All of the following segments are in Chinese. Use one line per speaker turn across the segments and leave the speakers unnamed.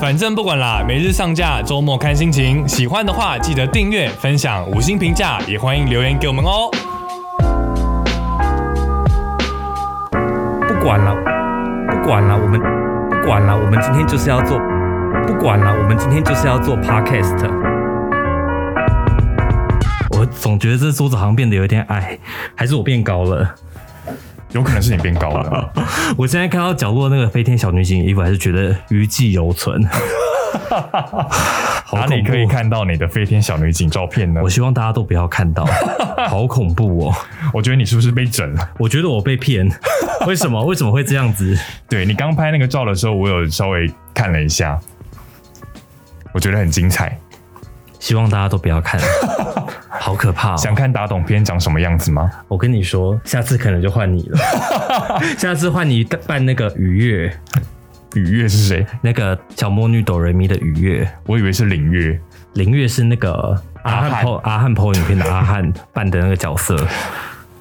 反正不管啦，每日上架，周末看心情。喜欢的话记得订阅、分享、五星评价，也欢迎留言给我们哦。
不管了，不管了，我们不管了，我们今天就是要做，不管了，我们今天就是要做 podcast。我总觉得这桌子好像变得有点矮，还是我变高了。
有可能是你变高 了，
我现在看到角落那个飞天小女警的衣服，还是觉得余悸犹存。 好
哪
恐
里
怖哦
可以？看到你的飞天小女警照片呢
我？希望大家都不要看到，好恐怖哦！
我觉得你是不是被整了？
我觉得我被骗，为什么？为什么会这样子？
对你刚拍那个照的时候，我有稍微看了一下，我觉得很精彩。
希望大家都不要看，好可怕、哦！
想看打董片长什么样子吗？
我跟你说，下次可能就换你了， 下次换你扮那个愉悦，
雨月是谁？
那个小魔女哆瑞咪的愉悦，
我以为是领月。
林月是那个阿
阿
汉
汉
婆阿汉婆影片的阿汉扮的那个角 色，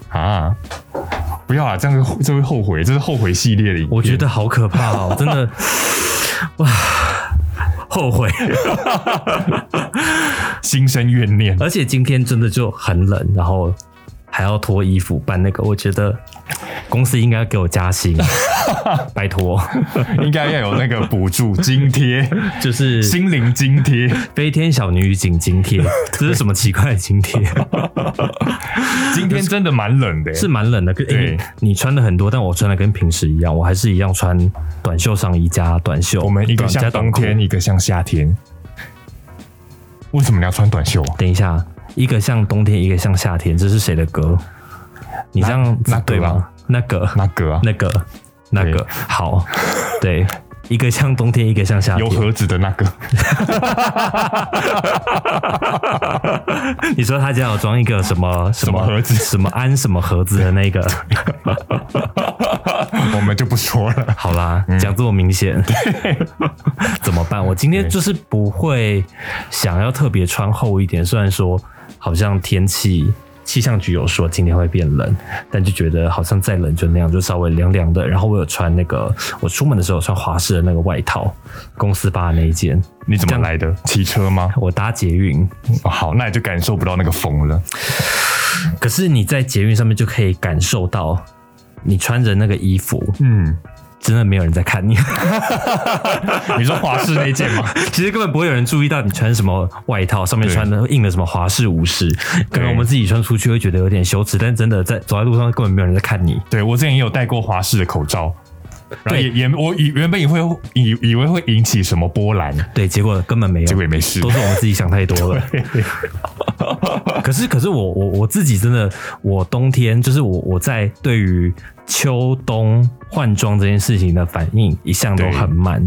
啊！不要啊，这样会这会后悔，这是后悔系列的影片。
我觉得好可怕哦，真的，哇，后悔。
心生怨念，
而且今天真的就很冷，然后还要脱衣服扮那个，我觉得公司应该给我加 薪，拜托，
应该要有那个补助津贴，
就是
心灵津贴。
飞天小女警津贴，这是什么奇怪的津贴？
今天真的蛮冷的耶，
是蛮冷的，跟、
对
欸、你穿的很多，但我穿的跟平时一样，我还是一样穿短袖上衣加短袖，
我们一个
短加
像冬
短裤。
天，一个像夏天。为什么你要穿短袖啊？
等一下，一个像冬天，一个像夏天，这是谁的歌？你这样子
那个
对吗？那个
那个啊，
那个那个好，对，一个像冬天，一个像夏
有
天。
盒子的那 个，
你说他家有装一个什么什
么盒子
什么安什么盒子的那个？
我们就不说了。
好啦，讲这么明显，怎么办？我今天就是不会想要特别穿厚一点，虽然说好像天气气象局有说今天会变冷，但就觉得好像再冷就那样，就稍微凉凉的。然后我有穿那个，我出门的时候有穿华氏的那个外套，公司发的那一件，
你怎么
这样
来的？骑车吗？
我搭捷运。
哦好，那你就感受不到那个风了。
可是你在捷运上面就可以感受到，你穿着那个衣服，
嗯，
真的没有人在看你。
你说华氏那件吗？
其实根本不会有人注意到你穿什么外套，上面
对
穿的印了什么华氏五十，可能我们自己穿出去会觉得有点羞耻，但真的在走在路上根本没有人在看你。
对我之前也有戴过华氏的口罩，然后
对
也也我以原本以为以以为会引起什么波澜，
对，结果根本没有，
结果也没事
都。是我们自己想太多了。可是，可是我我我自己真的，我冬天就是我我在对于秋冬换装这件事情的反应一向都
对
很慢，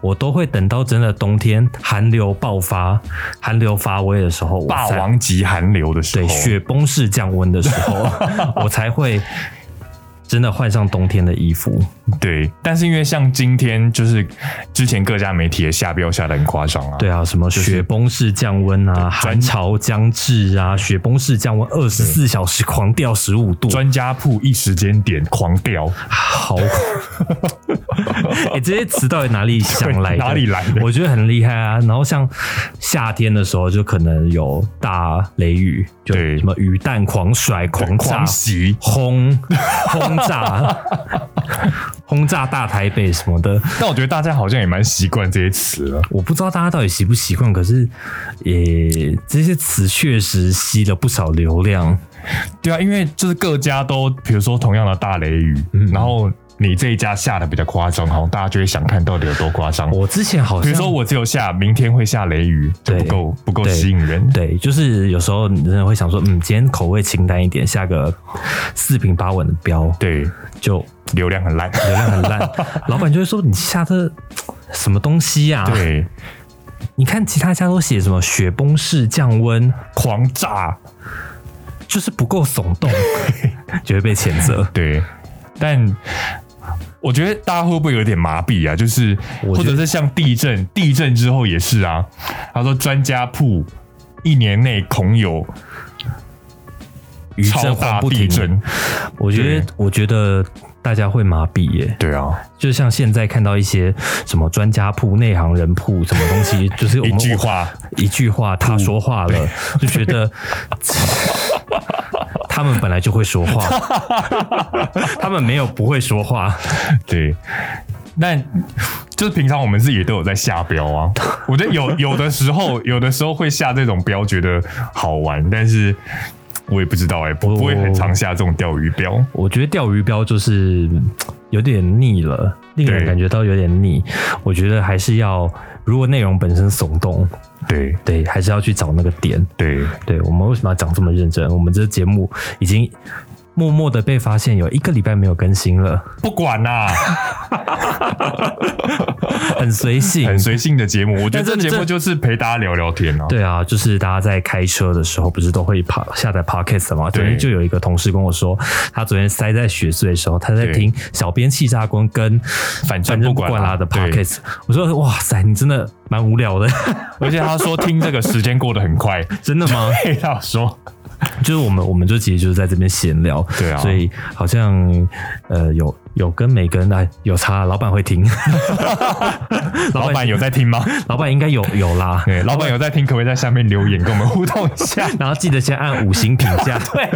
我都会等到真的冬天寒流爆发、寒流发威的时候，我
霸
才
王级寒流的时
对
候，
雪崩式降温的时 候，我才会真的换上冬天的衣服。
对但是因为像今天就是之前各家媒体的下标下的很夸张啊，
对啊，什么雪崩式降温啊，寒潮将至啊，雪崩式降温二十四小时狂掉十五度，
专家铺一时间点狂掉，
好。 哎、这些词到底哪里想来
对
的？
哪里来的
我觉得很厉害啊。然后像夏天的时候，就可能有大雷雨，就
对
什么雨弹狂甩、狂炸
狂、袭。
轰轰 炸、轰炸大台北什么的，
但我觉得大家好像也蛮习惯这些词了，
我不知道大家到底习不习惯，可是也这些词确实吸了不少流量。
对啊，因为就是各家都，比如说同样的大雷雨，然后你这一家下的比较夸张，好像大家就会想看到底有多夸张。
我之前好
比
像
如说我只有下，明天会下雷雨，就
对
不够不够
对
吸引人。
对，就是有时候你真的会想说，嗯，今天口味清淡一点，下个四平八稳的标，
对，
就
流量很烂。
流量很 烂。老板就会说你下这什么东西呀、啊？
对，
你看其他家都写什么雪崩式降温，
狂炸。
就是不够耸 动，就会被谴责。
对，但我觉得大家会不会有点麻痹啊？就是
我觉得
或者是像地震，地震之后也是啊。他说专家铺一年内恐有
余震
超
晃
大
不
地
停，
震，
我觉得，我觉得大家会麻痹耶。
对啊，
就像现在看到一些什么专家铺、内行人铺什么东西，就是 我
一
们
句话，
一句话，他说话了，就 觉得他们本来就会说话，他们没有不会说话。
对，那就是平常我们自己都有在下标 啊。我觉得有有的时候，有的时候会下这种标，觉得好玩，但是我也不知道哎、不不会很常下这种钓鱼标。
我觉得钓鱼标就是嗯有点腻了，令人
对
感觉到有点腻。我觉得还是要，如果内容本身耸动，
对
对，还是要去找那个点。
对，
对我们为什么要讲这么认真？我们这节目已经默默的被发现有一个礼拜没有更新了，
不管啊啦、
很随性，
很随性的节目。我 觉得
但
这
是
节目
这
就是陪大家聊聊天啊。
对啊，就是大家在开车的时候，不是都会爬下载 podcast 吗？昨
对
天就有一个同事跟我说，他昨天塞在雪隧的时候，他在
对
听小编气炸锅跟
反正
反
不
正不
管
管
啦
啦的
对
podcast。我说哇塞，你真的蛮无 聊的，
而且他说听这个时间过得很快。
真的吗？
嘿，他 说
就是我们，我们就其实就是在这边闲聊，
对啊
所以好像呃有有跟没跟哎有差，老板会听，
老板有在听吗？
老板应该有有啦，
对，老板有在听，可不可以在下面留言跟我们互动一 下？
然后记得先按五星评 价，对，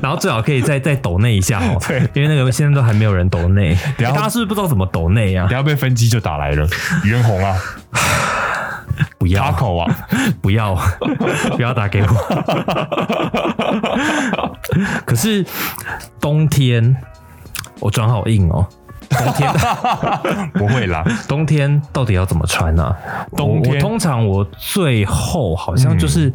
然后最好可以再再抖内一下哦，
对
因为那个现在都还没有人抖内，
等一下
大家是不是不知道怎么抖内啊
等？下被分机就打来了，袁弘啊，
不
卡
要
口啊，
不要不要打给我，可是冬天我转好硬哦。冬天，
不会 啦，
冬天到底要怎么穿呢、啊？我
冬天嗯
我通常我最后好像就是、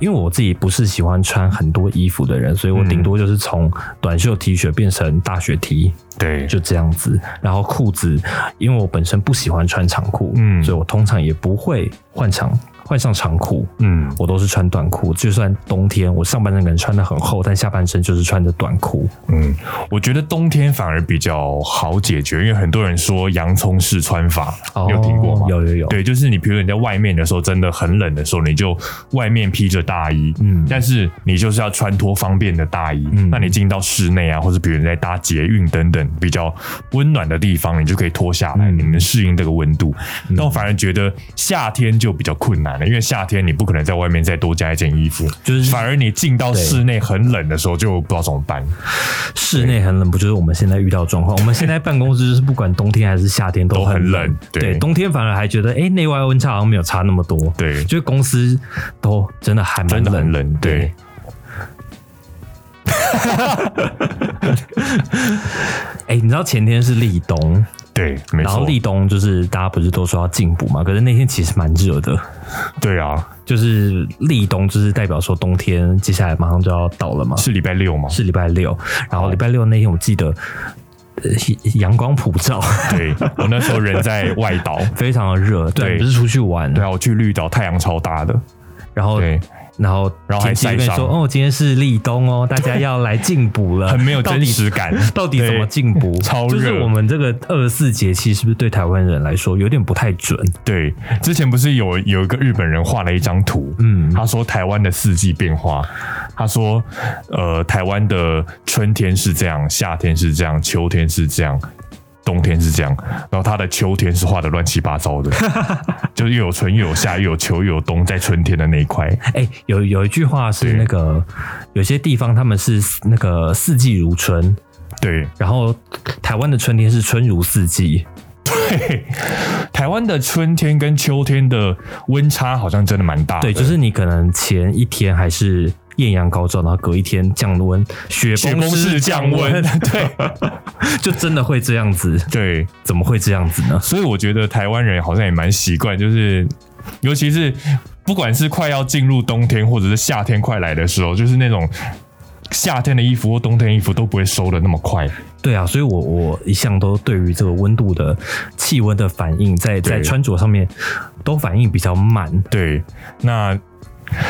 因为我自己不是喜欢穿很多衣服的人，所以我顶
嗯
多就是从短袖 T 恤变成大雪 T，
对，
就这样子。然后裤子，因为我本身不喜欢穿长裤，
嗯
所以我通常也不会换长换上长裤。
嗯，
我都是穿短裤，就算冬天我上半身可能穿的很厚，但下半身就是穿着短裤。
嗯，我觉得冬天反而比较好解决，因为很多人说洋葱式穿法，
哦
你有听过吗？
有有有
对，就是你，比如你在外面的时候，真的很冷的时候，你就外面披着大衣，嗯
嗯，
但是你就是要穿脱方便的大衣。
嗯
那你进到室内啊，或者比如你在搭捷运等等比较温暖的地方，你就可以脱下来，
嗯
你能适应这个温度。但我反而觉得夏天就比较困难了，因为夏天你不可能在外面再多加一件衣服，
就是
反而你进到
对
室内很冷的时候，就不知道怎么办。
室内很冷，不就是我们现在遇到的状况？我们现在办公室就是不管冬天还是夏天都
都很
很
冷对
对冬天反而还觉得，哎、内外温差好像没有差那么多。
对
就是公司都真的还蛮
真的很
冷
冷，对。
哎、你知道前天是立冬，
对，没
然后
错，
立冬就是大家不是都说要进补嘛？可是那天其实蛮热的，
对啊，
就是立冬就是代表说冬天接下来马上就要到了嘛。
是礼拜六嘛？
是礼拜六，然后礼拜六那天我记得，呃阳光普照，
对，我那时候人在外岛，
非常的热，
对
对，不是出去玩，
对啊，我去绿岛，太阳超大的，
然后
对，
然后
然后还
天气
晒
就跟你说
伤
哦，今天是立冬 哦，大家要来进补了，
很没有
到底
真实感。
到底
对
怎么进补？
超热
就是我们这个二十四节气是不是对台湾人来说有点不太准？
对，之前不是有有一个日本人画了一张图，
嗯
他说台湾的四季变化，他说呃，台湾的春天是这样，夏天是这样，秋天是这样。冬天是这样，然后他的秋天是画的乱七八糟 的，就是又有春又有夏又有秋又有冬，在春天的那一块，
哎，有有一句话是
对
那个，有些地方他们是那个四季如春，
对，
然后台湾的春天是春如四季，
对，台湾的春天跟秋天的温差好像真的蛮大的。
对，就是你可能前一天还是艳阳高照，然后隔一天降温，雪
雪崩
崩
式
式
降温，对
就真的会这样子？
对，
怎么会这样子呢？
所以我觉得台湾人好像也蛮习惯，就是尤其是不管是快要进入冬天，或者是夏天快来的时候，就是那种。夏天的衣服或冬天的衣服都不会收的那么快，
对啊，所以我我一向都对于这个温度的气温的反应，在在
对
穿着上面都反应比较慢。
对。那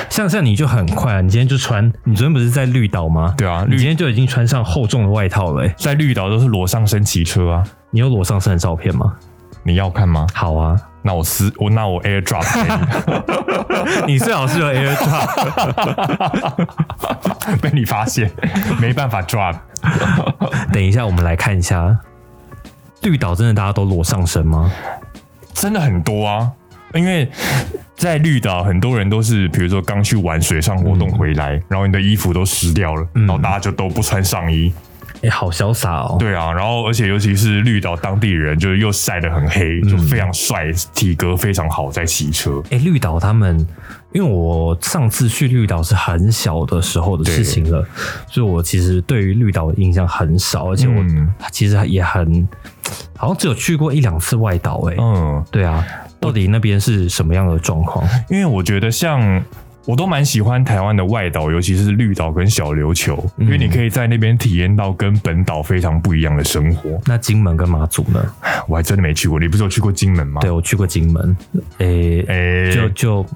像像你就很快、啊，你今天就穿，你昨天不是在绿岛吗？
对啊，
你
绿
今天就已经穿上厚重的外套了、欸。
在绿岛都是裸上身骑车啊，
你有裸上身的照片吗？
你要看吗？
好啊，
那我私我那我 AirDrop 给
你最好是有 AirDrop，
你， 被你发现，没办法 drop。
等一下我们来看一下，绿岛真的大家都裸上身吗？
真的很多啊，因为在绿岛很多人都是，比如说刚去玩水上活动回来，然后你的衣服都湿掉了，然后大家就都不穿上衣。
哎、好潇洒哦！
对啊，然后而且尤其是绿岛当地人，就是又晒得很黑，就
嗯
非常帅，体格非常好，在骑车。
哎、绿岛他们，因为我上次去绿岛是很小的时候的事情了，所以我其实对于绿岛的印象很少，而且我
嗯
其实也很，好像只有去过一两次外岛、哎、
嗯，
对啊，到底那边是什么样的状况？
因为我觉得像。我都蛮喜欢台湾的外岛，尤其是绿岛跟小琉球，因
嗯
为你可以在那边体验到跟本岛非常不一样的生活。
那金门跟马祖呢？
我还真的没去过，你不是有去过金门吗？
对，我去过金门，诶、
诶，
就就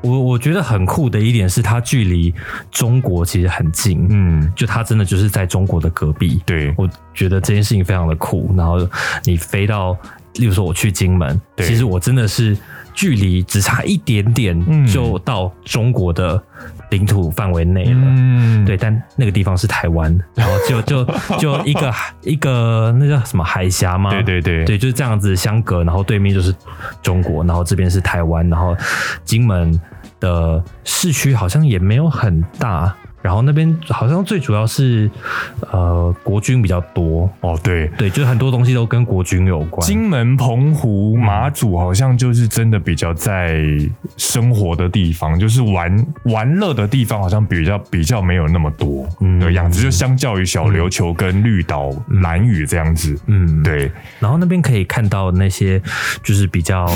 我我觉得很酷的一点是，它距离中国其实很近，
嗯，
就它真的就是在中国的隔壁。
对，
我觉得这件事情非常的酷。然后你飞到，例如说我去金门，
对
其实我真的是距离只差一点
嗯
点就到中国的领土范围内了。
嗯，
对，但那个地方是台湾，然后就就就一个 一个那叫什么海峡吗？
对对对
对，就是这样子相隔，然后对面就是中国，然后这边是台湾，然后金门的市区好像也没有很大，然后那边好像最主要是呃国军比较多，
哦对，
对，就是很多东西都跟国军有关。
金门、澎湖、马祖好像就是真的比较在生活的地方，就是玩玩乐的地方，好像比较比较没有那么多
嗯
的样子，就相较于小琉球跟绿岛、蓝屿这样子。
嗯，
对，
然后那边可以看到那些就是比较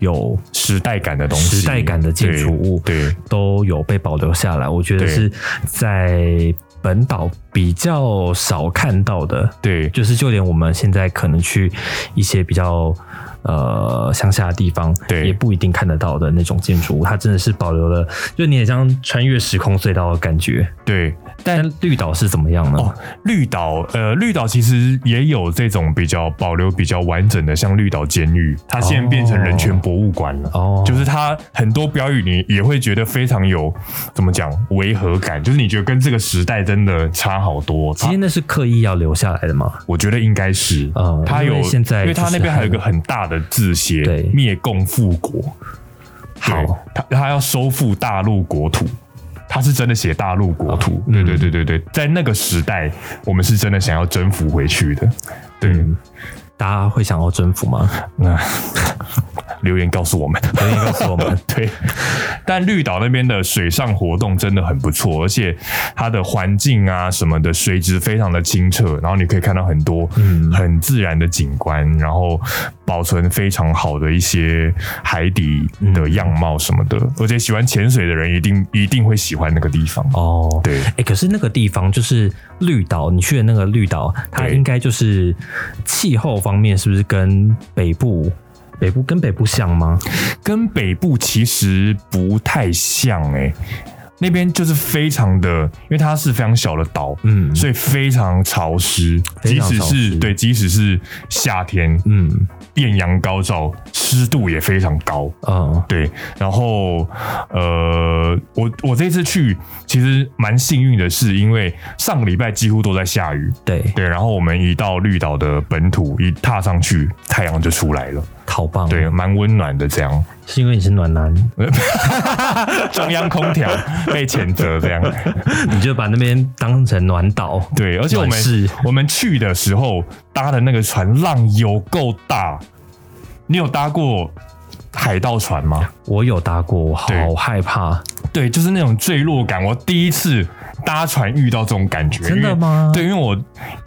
有
时代感的东西，
时代感的建筑物
对，对
都有被保留下来，我觉得
对
是在本岛比较少看到的。
对，
就是就连我们现在可能去一些比较呃乡下的地方，
对
也不一定看得到的那种建筑物，它真的是保留了，就你也像穿越时空隧道的感觉。
对。
但绿岛是怎么样呢？
哦绿岛，呃，绿岛其实也有这种比较保留比较完整的，像绿岛监狱，它现在变成人权博物馆了。
哦
就是它很多标语，你也会觉得非常有怎么讲违和感，就是你觉得跟这个时代真的差好多。
其
它
实那是刻意要留下来的嘛。
我觉得应该是，
嗯
它
因
有
为现在
因为它
就是
那边还有一个
很
很大的字写
对
“灭共复国”，对
好，
它它要收复大陆国土。它是真的写大陆国土，
嗯
对对对对对，在那个时代，我们是真的想要征服回去的，对，
嗯大家会想要征服吗？
那 留言告诉我们。
留言告诉我们。
对，但绿岛那边的水上活动真的很不错，而且它的环境啊什么的水质非常的清澈，然后你可以看到很多
嗯
很自然的景观，然后保存非常好的一些海底的样貌什么的，而且喜欢潜水的人一定一定会喜欢那个地方。啊
哦，
对，
哎、可是那个地方就是绿岛，你去的那个绿岛，它
对
应该就是气候方面是不是跟北部？北部跟北部像吗？
跟北部其实不太像哎、那边就是非常的，因为它是非常小的岛，
嗯
所以非常潮湿，
非
即
常
使
潮湿
是对，即使是夏天，
嗯
艳阳高照，湿度也非常高。
嗯，
对，然后呃，我我这次去其实蛮幸运的是，因为上个礼拜几乎都在下雨，
对，
对，然后我们一到绿岛的本土，一踏上去，太阳就出来了，
好棒。
对，，蛮温暖的这样。
是因为你是暖男，
中央空调被谴责这样，
你就把那边当成暖岛。
对，而且我们
暖室
我们去的时候搭的那个船浪有够大，你有搭过海盗船吗？
我有搭过，我好
对
害怕。
对，就是那种坠落感，我第一次搭船遇到这种感觉，
真的
因为
吗
对，因为我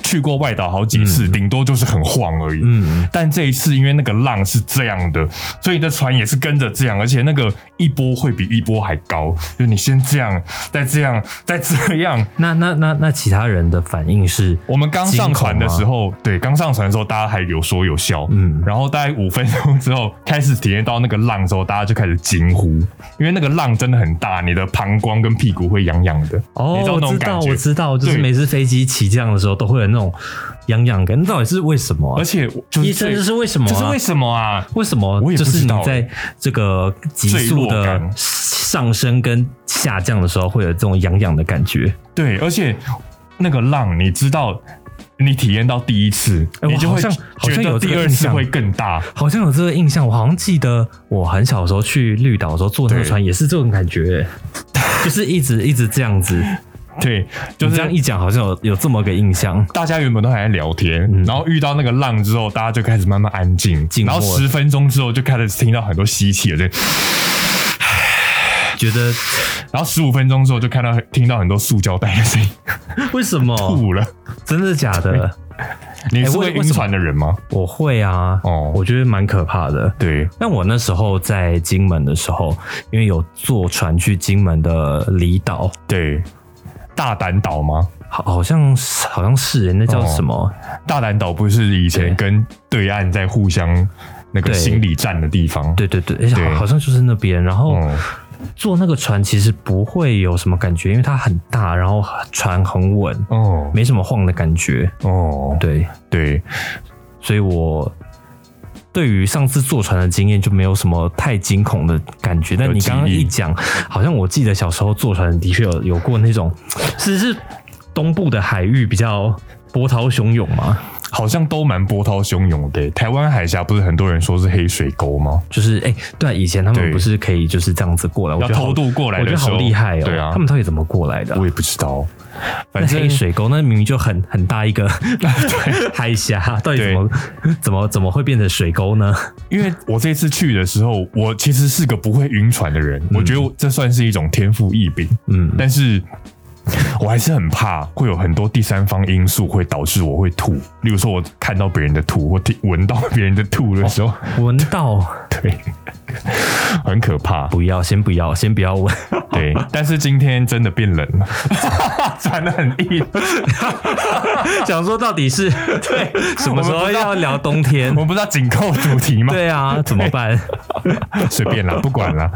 去过外岛好几次，顶、多就是很晃而已。
嗯，
但这一次，因为那个浪是这样的，所以你的船也是跟着这样，而且那个一波会比一波还高。就是你先这样，再这样，再这样，
那那那那其他人的反应是，
我们刚上船的时
惊
候，对，刚上船的时候，大家还有说有笑，嗯
嗯，
然后大概五分钟之后开始体验到那个浪之后，大家就开始惊呼，因为那个浪真的很大，你的膀胱跟屁股会痒痒的，
哦
你，知道那种
我知
感
道，
觉
我知道，就是
对
每次飞机起降的时候都会有那种痒痒感，那到底是为什么啊、
而且就是
医生
最
这是为什么啊
这是为什么啊？
为什么
我也不
就
知
是
道欸
你在这个急速
坠落
的
感
上升跟下降的时候，会有这种痒痒的感觉？
对，而且那个浪，你知道，你体验到第一次，
哎
你
我
就
好
会
像好
觉
像
得
有这
第
个
二
印
次
象
会更大。
好像有这个印象，我好像记得我很小的时候去绿岛的时候坐那个
对
船也是这种感觉、就是一直一直这样子。
对，就
就是这样一讲，好像有有这么个印象。
大家原本都还在聊天，
嗯
然后遇到那个浪之后，大家就开始慢慢安静，
静
然后
默
十分钟之后就开始听到很多吸气的声音，
觉得
然后十五分钟之后就看到听到很多塑胶袋的声音，
为什么？
吐了。
真的假的？
你是
哎为
会
为
晕
什么
船的人吗？
我会啊，
哦
我觉得蛮可怕的。
对，
但我那时候在金门的时候，因为有坐船去金门的离岛，
对，大胆岛吗？
好好像是好像是耶那叫什么？
大胆岛不是以前跟对岸在互相那个
对
心理战的地方？
对对对，哦而且
对
好好像就是那边。然后
嗯
坐那个船其实不会有什么感觉，因为它很大，然后船很稳，
哦
没什么晃的感觉。
哦，
对，
对
所以我对于上次坐船的经验就没有什么太惊恐的感觉。但你刚刚
记忆
一讲，好像我记得小时候坐船的确有有过那种， 是是东部的海域比较波涛汹涌嘛，
好像都蛮波涛汹涌的。台湾海峡不是很多人说是黑水沟吗？
就是哎、对啊、以前他
对
们不是可以就是这样子过来，我
要
觉得好
偷渡过来
我觉
的
得
时候，
好厉害哦、
对啊
他，们到底怎么过来的啊、
我也不知道，反
那黑
正
水沟那明明就很很 大一个海峡，到底怎么怎么怎么会变成水沟呢？
因为我这次去的时候，我其实是个不会晕船的人，我觉得这算是一种天赋异禀，
嗯，
但是。我还是很怕会有很多第三方因素会导致我会吐，例如说我看到别人的吐，或听闻到别人的吐的时候，
闻到
对，很可怕。
不要，先不要，先不要 闻。
对，但是今天真的变冷了， 穿的很硬。
想说到底是对 什么
我们不
时候
知道
要聊冬天
我？们不是要紧扣主题吗？
对啊，怎么办？
随便啦，不管啦。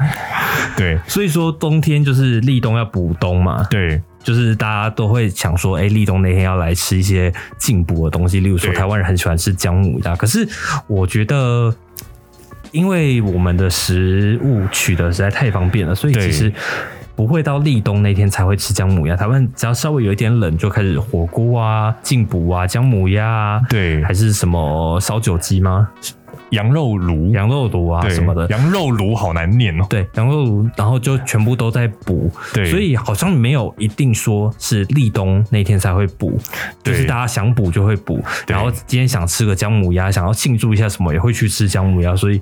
对
所以说冬天就是立冬要补冬嘛，
对
就是大家都会想说，哎、立冬那天要来吃一些进补的东西，例如说
对
台湾人很喜欢吃姜母鸭，可是我觉得。因为我们的食物取得实在太方便了，所以
对
其实不会到立冬那天才会吃姜母鸭。台湾只要稍微有一点冷，就开始火锅啊、进补啊、姜母鸭啊，
对
还，是什么烧酒鸡吗？
羊肉炉，
羊肉炉啊
对
什么的。
羊肉炉好难念哦。
对，羊肉炉，然后就全部都在补，
对
所以好像没有一定说是立冬那天才会补，就
对
是大家想补就会补，
对
然后今天想吃个姜母鸭，想要庆祝一下什么也会去吃姜母鸭，所以，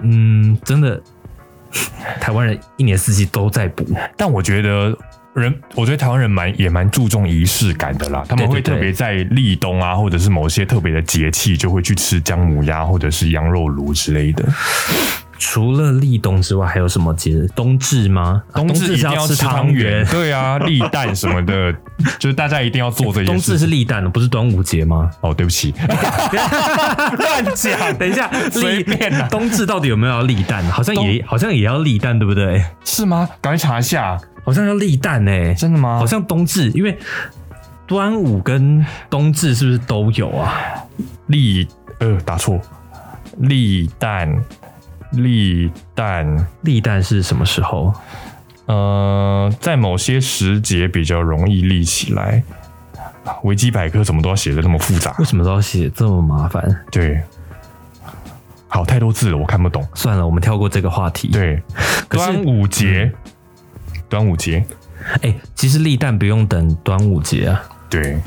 嗯，真的，台湾人一年四季都在补，
但我觉得人，我觉得台湾人蛮也蛮注重仪式感的啦，他们
对对
会特
对
别在立冬啊，或者是某些特别的节气，就会去吃姜母鸭或者是羊肉炉之类的。
除了立冬之外，还有什么节日？冬至吗？啊
冬至
至
一
是
定要
吃
吃汤
圆
圆，，对啊，立蛋什么 的，就是大家一定要做这
冬
件
至
事。
是立蛋的，不是端午节吗？
哦，对不 起，乱讲。
等一下，
随
立
便啦
冬至到底有没有要立蛋？好像也好像也要立蛋，对不对？
是吗？赶快查一下，
好像要立蛋呢、
真的吗？
好像冬至，因为端午跟冬至是不是都有啊？
立呃打错，立蛋，立蛋，
立蛋是什么时候？
呃，在某些时节比较容易立起来。维基百科怎么都要写的那么复杂？
为什么都要写这么麻烦？
对，好，太多字了，我看不懂。
算了，我们跳过这个话题。，
对，
可是嗯
端午节，端午节，
哎、其实立蛋不用等端午节啊，
对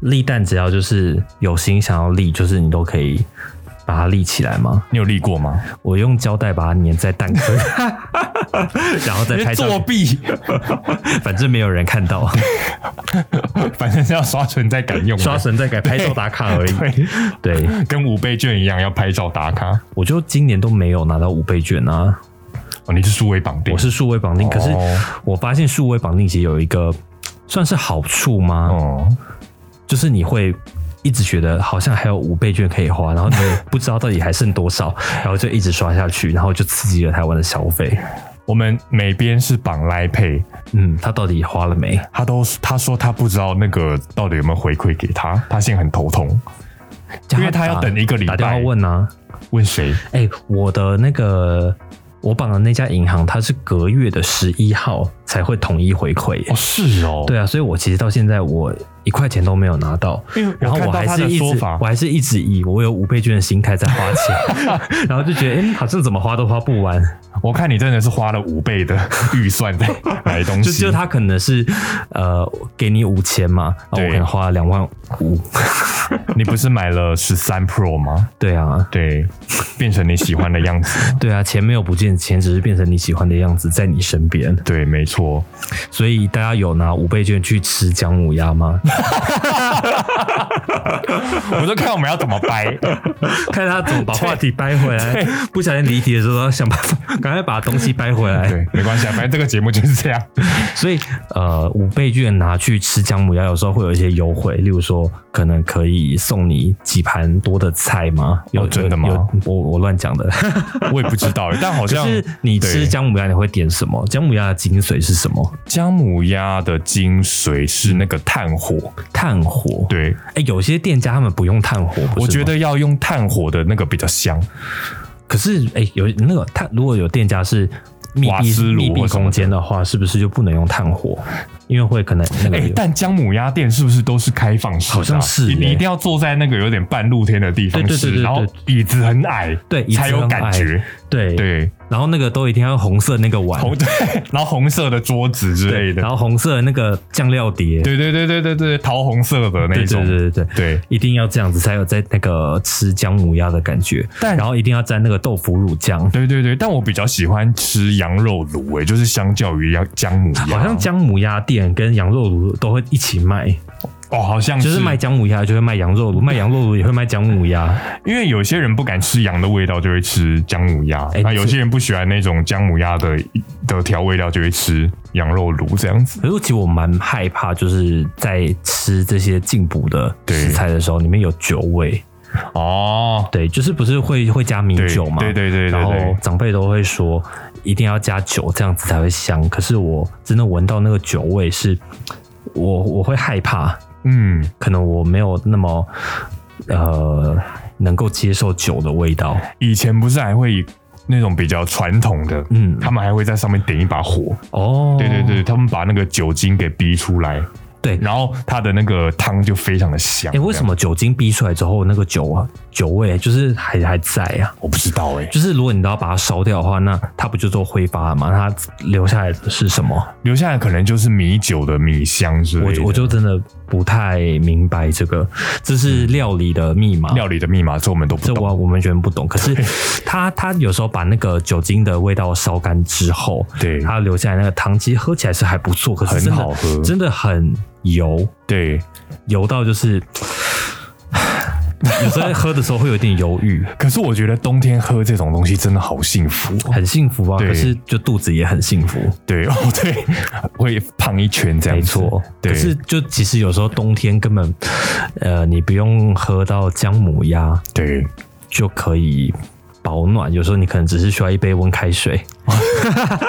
立蛋只要就是有心想要立，就是你都可以把它立起来嘛。
你有立过吗？
我用胶带把它粘在蛋 壳，然后再拍照
作，弊，
反正没有人看到。
反正是要刷存在感用的，
刷存在感、拍照打卡而已。
对，
对，
跟五倍券一样要拍照打卡。
我就今年都没有拿到五倍券啊，
哦，你是数位绑定，哦
我是数位绑定，可是我发现数位绑定其实有一个算是好处吗？
哦，
就是你会。一直觉得好像还有五倍券可以花，然后 你也不知道到底还剩多少，然后就一直刷下去，然后就刺激了台湾的消费。
我们每边是绑来配，
嗯，他到底花了没？
他都他说他不知道那个到底有没有回馈给他，他现在很头痛，因为他要
打
等一个礼
打电话
拜。
问啊。
问谁？
哎、我的那个我绑的那家银行，它是隔月的十一号才会统一回馈耶
哦，。是哦，
对啊，所以我其实到现在我一块钱都没有拿到，
因为
然后
嗯看
我
到
还
他
是
的
一
说
直
法
我，还是一直以我有五倍券的心态在花 钱，然后就觉得哎、好像怎么花都花不完。
我看你真的是花了五倍 的预算在买东
就
西，
就他可能是呃给你五千嘛，啊我
对
可能花了两万五，
你不是买了十三 Pro 吗？
对啊，
对，变成你喜欢的样 子。
对啊，钱没有不见，钱只是变成你喜欢的样子在你身边。
对，没错。
所以大家有拿五倍券去吃姜母鸭吗？
我就看我们要怎么 掰。
看他怎么把话题掰回 来，不小心离题的时候要想办法，赶快把东西掰回来。
对，没关系啊，反正这个节目就是这样。
所以呃，五倍券拿去吃姜母鸭，有时候会有一些优惠，例如说可能可以送你几盘多的菜吗？有、
哦真的
有
吗
有我我乱讲 的。
我也不知 道，但好
可
像
是你吃
对
姜母鸭，你会点什么？姜母鸭的精髓是什么？
姜母鸭的精髓是那个炭火。
炭火。，
对，
哎、有些店家他们不用炭火，不
我
是
觉
吗。
得要用炭火的那个比较香。
可是，哎、有那个炭，如果有店家是密
瓦斯
闭
炉
密
或
闭
什么的
空间的话，是不是就不能用炭火？因为会可能那个
哎、
有、
但姜母鸭店是不是都是开放式的啊、
好像是
你你
耶
一定要坐在那个有点半露天的地方吃，
对对对对对
然后椅子很矮，
对椅子
才有
很
感
矮
觉。
对，
对，
然后那个都一定要用红色那个碗，
红 对，然后红色的桌子之类的
然。后红色的那个酱料碟，
对对对对对对，桃红色的那
对
种。
对对对对。
对
一定要这样子才有在那个吃姜母鸭的感觉，
但
然后一定要沾那个豆腐乳酱，
对对对，但我比较喜欢吃羊肉卤，哎，就是相较于羊姜母鸭，
好像姜母鸭店跟羊肉炉都会一起卖，
哦，好像
就是是卖姜母鸭就会卖羊
嗯
肉炉，卖羊肉炉也会卖姜母鸭。
因为有些人不敢吃羊的味道，就会吃姜母鸭；
哎
那、
你
有
是
些人不喜欢那种姜母鸭的的调味料，就会吃羊肉卤这样子。
可是其实我蛮害怕，就是在吃这些进补的
对
食材的时候，里面有酒味。
哦，
对，就是不是会会加米
对
酒嘛？
对对对对
然后
对，
长辈都会说一定要加酒，这样子才会香。可是我真的闻到那个酒味是，我我会害怕，
嗯，
可能我没有那么呃能够接受酒的味道。
以前不是还会以那种比较传统的，
嗯，
他们还会在上面点一把火，
哦，
对对对，他们把那个酒精给逼出来，
对。
然后它的那个汤就非常的香。
哎、为什
么
么酒精逼出来之后，那个酒啊酒味就是还还在啊？
我不知道哎、
就是如果你都要把它烧掉的话，那它不就做挥发了吗？那它留下来的是什么？
留下来可能就是米酒的米香之类
我
的。
我就真的不太明白这个，这
嗯
是料理的密码。
料理的密码，这我们都不
啊这
懂。
我我完全不懂，可 是它它有时候把那个酒精的味道烧干之后，
对
它留下来那个汤，其实喝起来是还不错，可
很
是真的
好喝
真的很油，
对，
油到就是 有时候喝的时候会有点犹豫，
可是我觉得冬天喝这种东西真的好幸福哦、
很幸福啊，
对
可是就肚子也很幸福。
对哦，对， 会胖一圈这样
没
子。
错，
对
可是就其实有时候冬天根本，呃，你不用喝到姜母鸭
对，
就可以保暖。有时候你可能只是需要一杯温开水。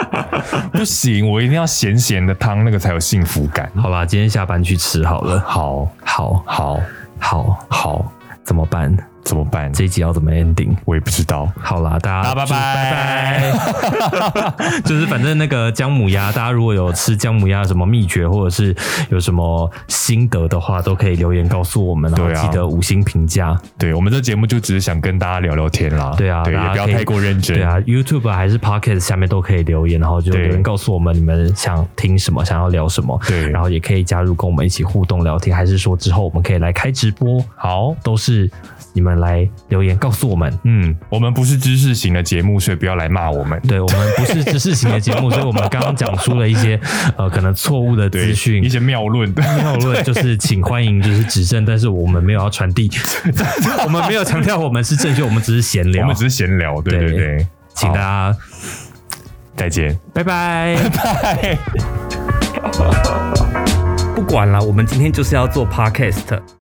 不行，我一定要咸咸的汤，那个才有幸福感。
好吧，今天下班去吃好了。
好，
好，
好，
好，
好，
怎么办？
怎么办？
这一集要怎么 ending？
我也不知道。
好啦，大家
大家拜
就
拜
拜拜。 就是反正那个姜母鸭，大家如果有吃姜母鸭有什么秘诀，或者是有什么心得的话，都可以留言告诉我们，然后
对啊
记得五星评价。
对我们这节目就只是想跟大家聊聊天啦。
对啊
对，
大家
也不要
可以
太过认真。
对啊，YouTube 还是 Pocket 下面都可以留言，然后就
对
留言告诉我们你们想听什么，想要聊什么。
对
然后也可以加入跟我们一起互动聊天，还是说之后我们可以来开直播，
好，
都是你们来留言告诉我 们。
嗯，我们不是知识型的节目，所以不要来骂我们。
对我们不是知识型的节目，所以我们刚刚讲出了 一些呃可能错误的
对，
资讯啊
一。些谬论。
谬论就是，请欢迎就是指正，但是我们没有要传 递，我们没有强调我们是正确，我们只是闲
我
聊
们，只是闲聊，对
对
对对，
请大家
再见。
拜 拜拜拜。不管了，我们今天就是要做 podcast。